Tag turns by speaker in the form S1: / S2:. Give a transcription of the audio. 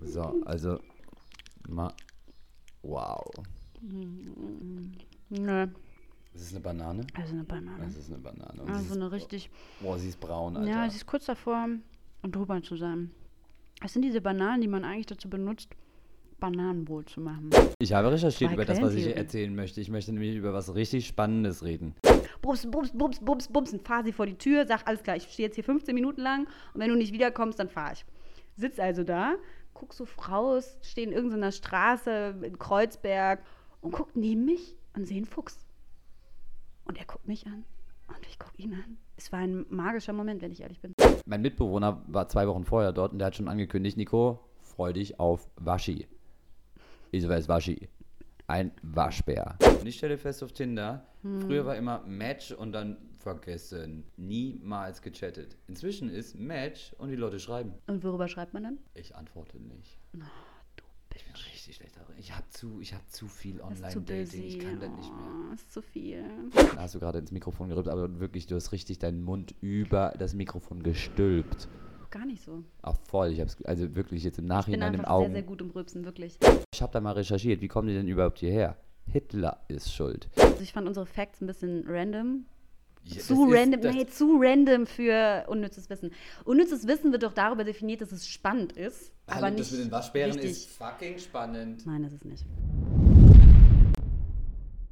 S1: So, also. Ma wow.
S2: Nö,
S1: Ist es eine Banane?
S2: also eine Banane.
S1: Es ist eine Banane. Und
S2: Also
S1: sie ist,
S2: eine richtig.
S1: boah, sie ist braun, Alter.
S2: Ja, sie ist kurz davor, um drüber zu sein. Es sind diese Bananen, die man eigentlich dazu benutzt, Bananenbrot zu machen.
S1: ich habe recherchiert
S2: Zwei
S1: über das, was ich
S2: Quellentheorien.
S1: erzählen möchte. Ich möchte nämlich über was richtig Spannendes reden.
S2: Bums, bums, bums, bums, bums und fahr sie vor die Tür, sag alles klar, ich stehe jetzt hier 15 Minuten lang und wenn du nicht wiederkommst, dann fahr ich. Sitz also da, guck so raus, steh in irgendeiner Straße in Kreuzberg und guck neben mich und sehe einen Fuchs. Und er guckt mich an und ich guck ihn an. Es war ein magischer Moment, wenn ich ehrlich bin.
S1: Mein Mitbewohner war zwei Wochen vorher dort und der hat schon angekündigt, Nico, freu dich auf Waschi. Ich so, wer ist Waschi? Ein Waschbär. Und ich stelle fest auf Tinder,
S2: Hm.
S1: früher war immer Match und dann vergessen. Niemals gechattet. Inzwischen ist Match und die Leute schreiben.
S2: Und worüber schreibt man dann?
S1: Ich antworte nicht.
S2: Du
S1: Ich bin richtig schlecht darin. Ich habe zu, ich hab zu viel
S2: bist zu
S1: Online-Dating.
S2: busy.
S1: Ich kann das nicht mehr.
S2: Oh, ist zu viel.
S1: Da hast du gerade ins Mikrofon gerübt, aber wirklich, du hast richtig deinen Mund über das Mikrofon gestülpt.
S2: Gar nicht so.
S1: Ach voll, ich hab's, also wirklich jetzt im
S2: Ich bin
S1: Nachhinein im
S2: einfach
S1: Augen.
S2: sehr, sehr gut im Rübsen, wirklich.
S1: Ich habe da mal recherchiert, wie kommen die denn überhaupt hierher? Hitler ist schuld.
S2: Also ich fand unsere Facts ein bisschen random, zu random, nee, zu random für unnützes Wissen. Unnützes Wissen wird doch darüber definiert, dass es spannend ist, aber nicht
S1: Waschbären
S2: richtig.
S1: ist fucking spannend.
S2: Nein, das ist nicht.